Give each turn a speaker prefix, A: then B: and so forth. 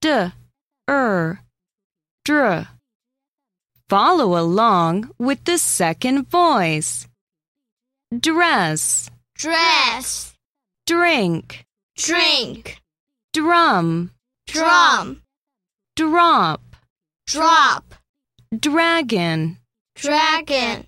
A: d, er, dr. Follow along with the second voice. Dress,
B: dress,
A: drink,
B: drink,
A: drum,
B: drum,
A: drop,
B: drop,
A: dragon.
B: dragon.